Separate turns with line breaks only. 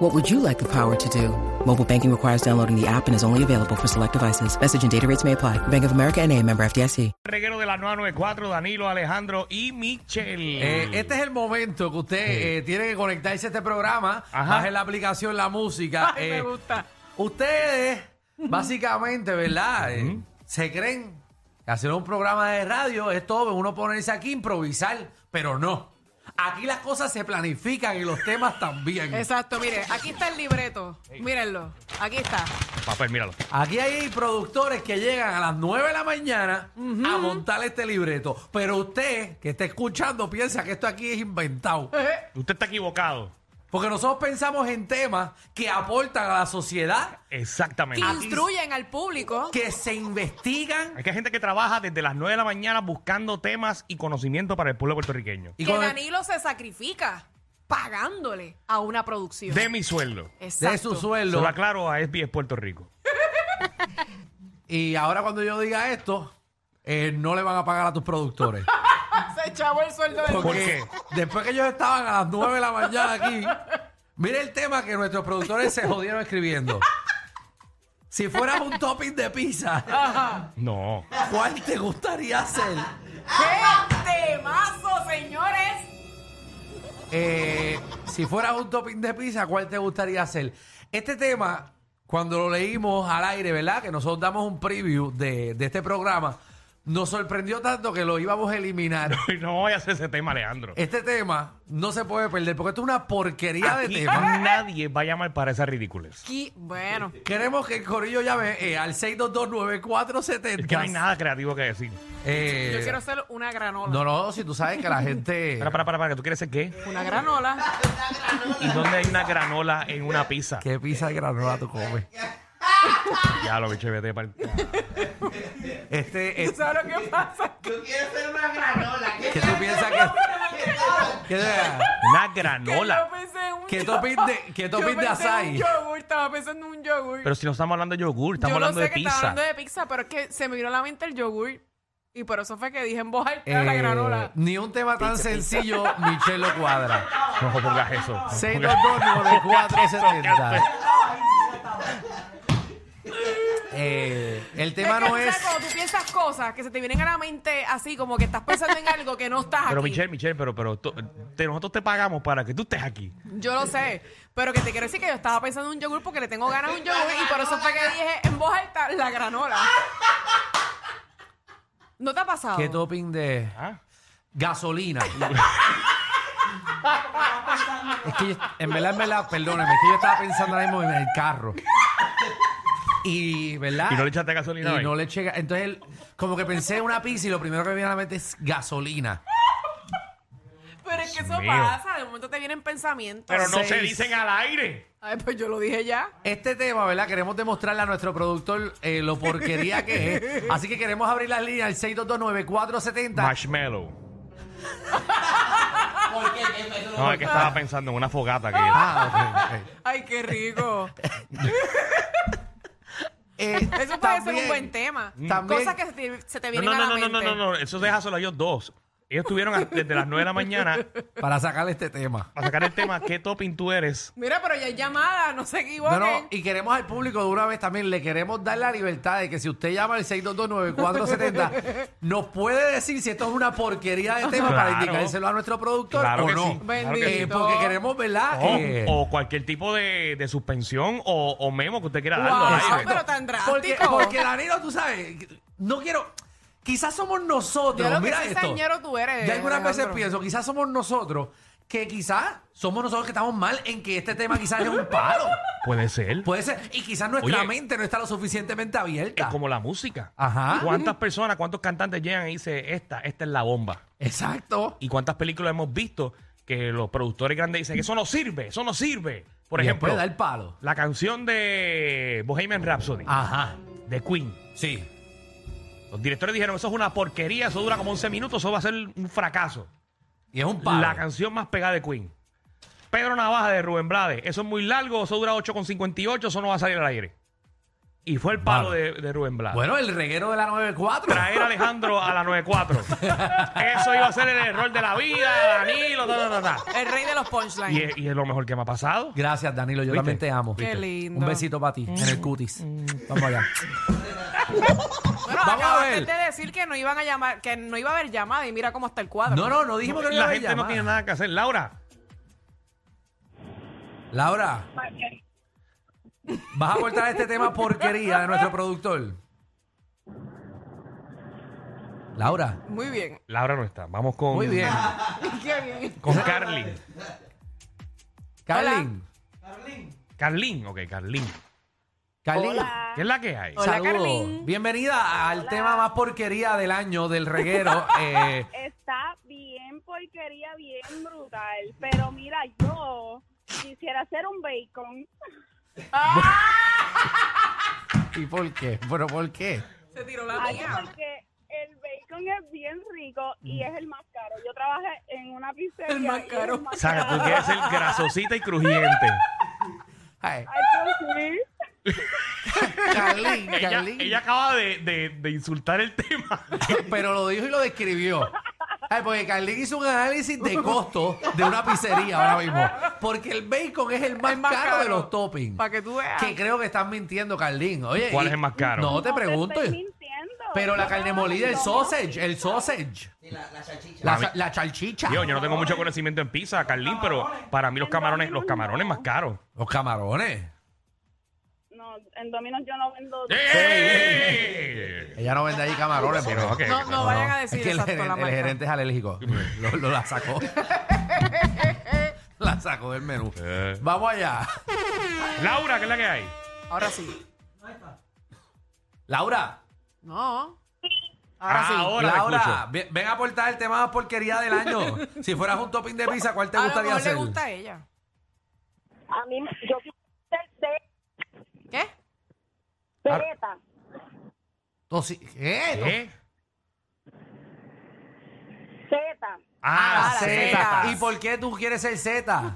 What would you like the power to do? Mobile banking requires downloading the app and is only available for select devices. Message and data rates may apply. Bank of America and a member FDIC.
Reguero de la 994, Danilo, Alejandro y Michelle.
Eh, este es el momento que usted eh, tiene que conectarse a este programa,
Ajá.
baje la aplicación, la música.
Ay,
eh,
me gusta.
Ustedes, básicamente, ¿verdad? Eh, se creen que hacer un programa de radio es todo, uno ponerse aquí, improvisar, pero no. Aquí las cosas se planifican y los temas también.
Exacto, mire, aquí está el libreto. Mírenlo. Aquí está.
Papel, míralo.
Aquí hay productores que llegan a las 9 de la mañana a montar este libreto, pero usted que está escuchando piensa que esto aquí es inventado.
Usted está equivocado.
Porque nosotros pensamos en temas que aportan a la sociedad,
Que
Exactamente.
instruyen al público.
que se investigan.
Aquí hay gente que trabaja desde las 9 de la mañana buscando temas y conocimiento para el pueblo puertorriqueño.
Y
que
con el-
Danilo se sacrifica pagándole a una producción.
De mi sueldo.
Exacto.
de su
Se lo
sueldo.
aclaro a SBS Puerto Rico.
Y ahora cuando yo diga esto, eh, no le van a pagar a tus productores.
Se echaba el sueldo de
¿Por
Porque después que ellos estaban a las 9 de la mañana aquí, mire el tema que nuestros productores se jodieron escribiendo. Si fuéramos un topping de pizza,
No.
¿cuál te gustaría hacer?
¡Qué temazo, señores!
Eh, si fueras un topping de pizza, ¿cuál te gustaría hacer? Este tema, cuando lo leímos al aire, ¿verdad? Que nosotros damos un preview de, de este programa, nos sorprendió tanto que lo íbamos a eliminar.
No voy a hacer ese tema, Alejandro.
Este tema no se puede perder porque esto es una porquería de
Aquí Ah.
tema.
nadie va a llamar para esas ridículas.
Qui- bueno,
Queremos que el Corillo llame eh, al
Es que no hay
6229470.
nada creativo que decir.
Eh,
yo quiero ser una granola.
No, no, si tú sabes que la gente.
Para, para, para, para, que tú quieres ser qué.
Una granola.
¿Y dónde hay una granola en una pizza?
¿Qué pizza de granola tú comes?
Ya lo bicho, vete para
Este, este-
¿Sabes lo que pasa?
Yo quiero ser una granola. ¿Qué
que tú piensas que. que
Una
Que
granola.
yo pensé en un
¿Qué
yogur.
topping de, qué
Yo
topping de
pensé en
açaí?
un yogur, estaba pensando en un yogur.
Pero si no estamos hablando de yogur, estamos
yo lo
hablando
sé
de
que
pizza.
estaba hablando de pizza, pero es que se me vino a la mente el yogur. Y por eso fue que dije en voz alta la
Eh,
granola.
Ni un tema tan sencillo, Michelle lo cuadra.
No pongas eso. No pongas-
6229470. Eh, el tema
Es que
no
tú
es.
sabes, Cuando tú piensas cosas que se te vienen a la mente así, como que estás pensando en algo que no estás
Pero
aquí.
Michelle, Michelle, pero, pero tú- te- nosotros te pagamos para que tú estés aquí.
Yo lo sé, pero que te quiero decir que yo estaba pensando en un yogur porque le tengo ganas a un yogur y por eso fue que dije en voz alta la granola. ¿No te ha pasado?
¿Qué topping de
Ah.
gasolina? es que yo- en verdad, en verdad, perdóneme, es que yo estaba pensando ahora mismo en el carro. Y, ¿verdad?
Y no le echaste gasolina
Y
hoy.
no le eché ga- Entonces, el- como que pensé en una pizza y lo primero que me viene a la mente es gasolina.
Pero es que eso
mío.
pasa, de momento te vienen pensamientos.
Pero no se
Seis.
dicen al aire.
Ay, pues yo lo dije ya.
Este tema, ¿verdad? Queremos demostrarle a nuestro productor eh, lo porquería que es. Así que queremos abrir las líneas al 6229470.
Marshmallow.
¿Por qué? ¿Qué fue?
No, es que estaba pensando en una fogata que
Ah, ok, ok.
Ay, qué rico.
Eh,
Eso puede ser
también- Mm.
un buen tema.
también-
Cosas que se te, se te
No,
vienen
no,
a la
no, no,
mente.
no, no, no, eso déjaselo a ellos dos. Ellos estuvieron a- desde las 9 de la mañana
Para sacarle este tema.
para sacar el tema ¿Qué topping tú eres?
Mira, pero ya hay llamada, no se
No,
equivoquen.
no, y queremos al público de una vez también, le queremos dar la libertad de que si usted llama al 6229470, nos puede decir si esto es una porquería de tema para
Claro.
indicárselo a nuestro productor
Claro
o
que
no.
sí, claro que
Eh,
Bendito. Oh,
porque queremos, ¿verdad?
O,
Eh,
o cualquier tipo de, de suspensión o, o memo que usted quiera darlo.
Wow.
al aire.
Ah, pero tan drástico.
Porque, porque, Danilo, tú sabes, no quiero. Quizás somos nosotros.
Yo lo que
mira
sí
esto.
sañero tú eres,
Yo algunas veces
Alejandro.
pienso, quizás somos nosotros, que quizás somos nosotros que estamos mal en que este tema quizás es un palo.
Puede ser.
Puede ser. Y quizás nuestra
Oye.
mente no está lo suficientemente abierta.
Es como la música.
Ajá.
¿Cuántas personas, cuántos cantantes llegan y dicen, esta, esta es la bomba?
Exacto.
y cuántas películas hemos visto que los productores grandes dicen eso no sirve, eso no sirve. Por
Y
ejemplo,
después da el palo.
la
Ah.
canción de Bohemian Rhapsody
Ajá.
de Queen.
Sí.
Los directores dijeron, eso es una porquería, eso dura como 11 minutos, eso va a ser un fracaso.
Y es un palo.
La canción más pegada de Queen. Pedro Navaja de Rubén Blades. Eso es muy largo, eso dura 8,58, eso no va a salir al aire. Y fue el palo
Vale.
de, de Rubén Blades.
Bueno, el reguero de la 94.
Traer a Alejandro a la 94. Eso iba a ser el error de la vida, Danilo, ta, ta, ta, ta.
El rey de los punchlines.
Y, es- y es lo mejor que me ha pasado.
Gracias, Danilo. Yo
¿Viste? Mm.
también te amo.
Qué lindo.
Un besito para ti, en el cutis. Vamos allá.
Bueno,
Vamos a
acabaste
ver.
de decir que no iban a llamar, que no iba a haber llamada y mira cómo está el cuadro.
No, no, no dijimos que no
La
iba a
gente no
llamar.
tiene nada que hacer. Laura,
Laura, ¿vas a cortar este tema porquería de nuestro productor? Laura,
Muy bien.
Laura no está. Vamos con,
muy bien.
Qué bien.
con Carlin.
Carlin,
Carlin, ok, Carlin.
Carlin,
¿Qué es la que hay?
Hola,
saludos.
Carlin.
Bienvenida al tema más porquería del año del reguero. eh,
Está bien porquería, bien brutal. Pero mira, yo quisiera hacer un bacon.
¿Y por qué? ¿Pero por qué?
Se tiró la
Algo
mía.
porque el bacon es bien rico y es el más caro. Yo trabajé en una pizzería.
El más
y es
caro.
más
O sea, tú quieres ser grasosita y crujiente.
Ay,
Ay, Dios mío.
Carlin,
Ella,
Carlin.
ella acaba de- de- de insultar el tema.
Pero lo dijo y lo describió. Ay, porque Carlin hizo un análisis de costo de una pizzería ahora mismo. Porque el bacon es el más,
El más
caro, de
caro.
los toppings.
Para que tú veas.
Que creo que estás mintiendo, Carlin. Oye,
¿Cuál
y-
es el más caro?
No te
No
pregunto.
estoy mintiendo.
Pero la
No,
carne
no,
molida, el
no.
sausage, el sausage,
Y la, la salchicha.
la,
Mami.
sa- la chalchicha,
Dios, yo no tengo mucho conocimiento en pizza, Carlín, pero para mí los
En
camarones, los
Domino's
camarones
no.
más caros.
los camarones.
No, en Domino's yo no vendo.
¡Eh!
Ella no vende ahí camarones,
Sí,
pero
no, ok.
no, no,
No,
vayan a
Es
decir
que el,
exacto la
gerente, el
marca.
gerente es alérgico. lo, lo la sacó. la sacó del menú.
Eh.
Vamos allá.
Laura, ¿qué es la que hay?
Ahora sí.
Laura.
No. Ahora sí.
Ah, Ahora la
Laura,
escucho.
ve- ven a aportar el tema más porquería del año. si fueras un topping de pizza, ¿cuál te
a lo
gustaría
mejor
hacer?
le gusta a ella.
A mí, yo quisiera
¿Qué?
hacer teta.
No, sí, ¿Qué?
¿Eh?
Teta.
Ah,
Ah, la
Zeta.
Zeta.
¿Y por qué tú quieres ser Z?